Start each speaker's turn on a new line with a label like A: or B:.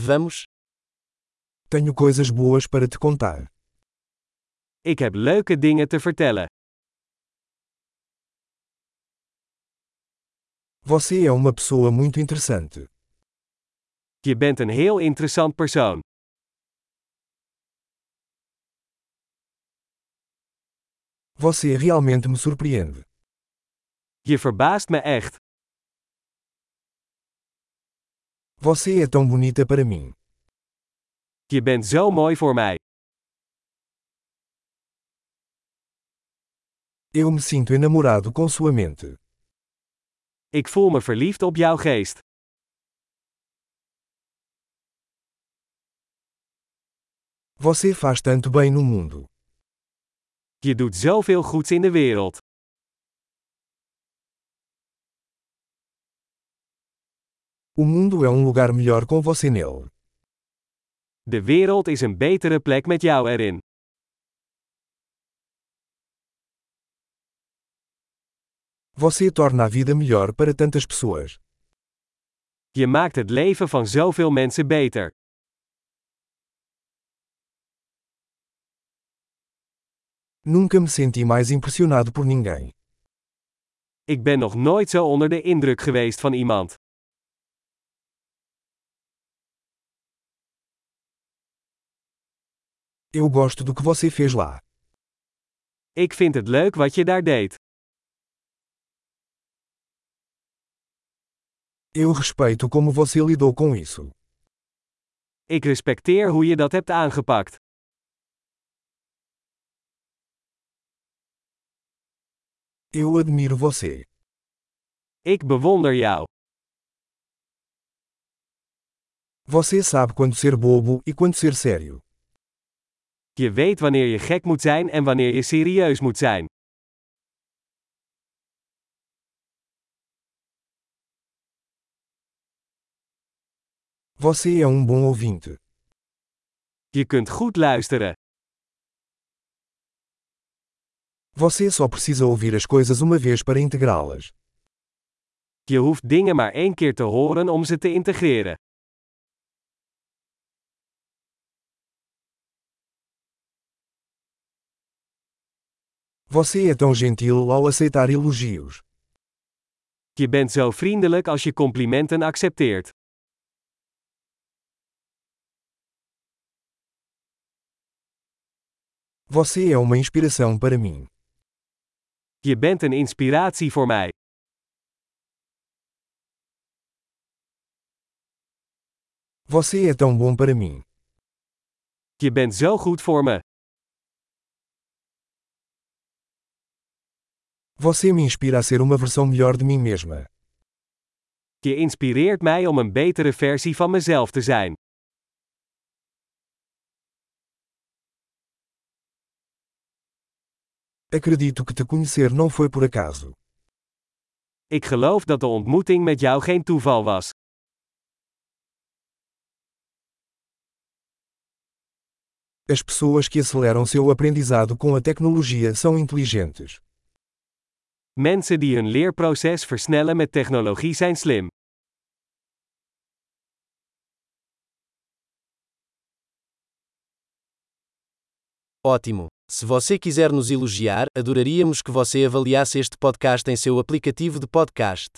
A: Vamos.
B: Tenho coisas boas para te contar.
A: Ik heb leuke dingen te vertellen.
B: Você é uma pessoa muito interessante.
A: Je bent een heel interessant persoon.
B: Você realmente me surpreende.
A: Je verbaast me echt.
B: Você é tão bonita para mim.
A: Je bent zo mooi voor mij.
B: Eu me sinto enamorado com sua mente.
A: Ik voel me verliefd op jouw geest.
B: Você faz tanto bem no mundo.
A: Je doet zoveel goeds in de wereld.
B: O mundo é um lugar melhor com você nele.
A: De wereld is een betere plek met jou erin.
B: Você torna a vida melhor para tantas pessoas.
A: Je maakt het leven van zoveel mensen beter.
B: Nunca me senti mais impressionado por ninguém.
A: Ik ben nog nooit zo onder de indruk geweest van iemand.
B: Eu gosto do que você fez lá.
A: Ik vind het leuk wat je daar deed.
B: Eu respeito como você lidou com isso.
A: Ik respecteer hoe je dat hebt aangepakt.
B: Eu admiro você.
A: Ik bewonder jou.
B: Você sabe quando ser bobo e quando ser sério.
A: Je weet wanneer je gek moet zijn en wanneer je serieus moet zijn.
B: Você é um bom ouvinte.
A: Je kunt goed luisteren.
B: Você só precisa ouvir as coisas uma vez para integrá-las.
A: Je hoeft dingen maar één keer te horen om ze te integreren.
B: Você é tão gentil ao aceitar elogios.
A: Je bent zo vriendelijk als je complimenten accepteert.
B: Você é uma inspiração para mim.
A: Je bent een inspiratie voor mij.
B: Você é tão bom para mim.
A: Je bent zo goed voor me.
B: Você me inspira a ser uma versão melhor de mim mesma.
A: Je inspireert mij om een betere versie van mezelf te zijn.
B: Acredito que te conhecer não foi por acaso.
A: Ik geloof dat de ontmoeting met jou geen toeval was.
B: As pessoas que aceleram seu aprendizado com a tecnologia são inteligentes.
A: Mensen die hun leerproces versnellen met technologie zijn slim.
C: Ótimo! Se você quiser nos elogiar, adoraríamos que você avaliasse este podcast em seu aplicativo de podcast.